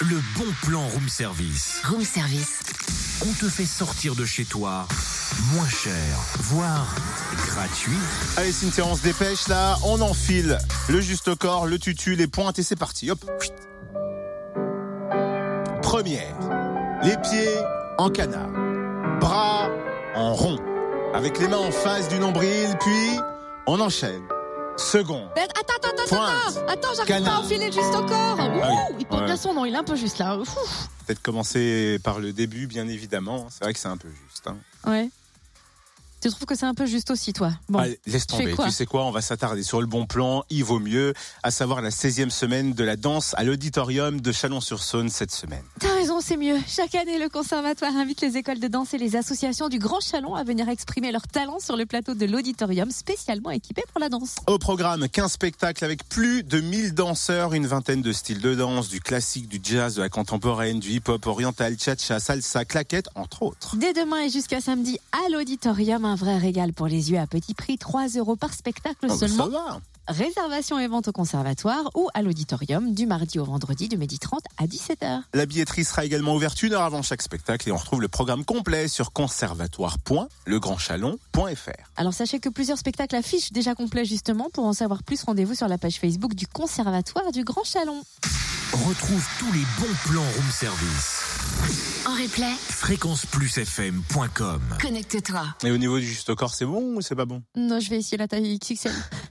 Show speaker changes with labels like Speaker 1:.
Speaker 1: Le bon plan room service.
Speaker 2: Room service.
Speaker 1: On te fait sortir de chez toi moins cher, voire gratuit.
Speaker 3: Allez Cynthia, on se dépêche là, on enfile le juste corps, le tutu, les pointes et c'est parti. Hop. Chut. Première, les pieds en canard, bras en rond, avec les mains en face du nombril, puis on enchaîne. Seconde,
Speaker 4: Ben, attends, attends, attends,
Speaker 3: Pointe.
Speaker 4: attends, attends, j'arrive pas à
Speaker 3: Canard.
Speaker 4: enfiler le juste encore. Ouh,
Speaker 3: Ah oui,
Speaker 4: il porte
Speaker 3: ouais.
Speaker 4: bien son nom, il est un peu juste là. Fou.
Speaker 3: peut-être commencer par le début, bien évidemment. C'est vrai que c'est un peu juste. hein.
Speaker 4: Ouais. Tu trouves que c'est un peu juste aussi, toi Bon.
Speaker 3: Allez, laisse
Speaker 4: tu
Speaker 3: tomber.
Speaker 4: fais quoi
Speaker 3: Tu sais quoi On va s'attarder sur le bon plan. Il vaut mieux, à savoir la 16e semaine de la danse à l'auditorium de Chalon-sur-Saône cette semaine.
Speaker 4: T'as raison, c'est mieux. Chaque année, le conservatoire invite les écoles de danse et les associations du Grand Chalon à venir exprimer leurs talents sur le plateau de l'auditorium spécialement équipé pour la danse.
Speaker 3: Au programme, 15 spectacles avec plus de 1000 danseurs, une vingtaine de styles de danse, du classique, du jazz, de la contemporaine, du hip-hop oriental, cha-cha, salsa, claquette, entre autres.
Speaker 4: Dès demain et jusqu'à samedi, à l'auditorium, un vrai régal pour les yeux à petit prix, 3 euros par spectacle
Speaker 3: Oh, bah,
Speaker 4: seulement.
Speaker 3: ça va.
Speaker 4: Réservation et vente au conservatoire ou à l'auditorium du mardi au vendredi de 12h30 à 17h.
Speaker 3: La billetterie sera également ouverte une heure avant chaque spectacle et on retrouve le programme complet sur conservatoire.legrandchalon.fr.
Speaker 4: Alors sachez que plusieurs spectacles affichent déjà complet justement. Pour en savoir plus, rendez-vous sur la page Facebook du Conservatoire du Grand Chalon.
Speaker 1: Retrouve tous les bons plans room service.
Speaker 2: En replay,
Speaker 1: fréquenceplusfm.com
Speaker 2: connecte-toi.
Speaker 3: Et au niveau du juste corps, c'est bon ou c'est pas bon
Speaker 4: Non, je vais essayer la taille XXL.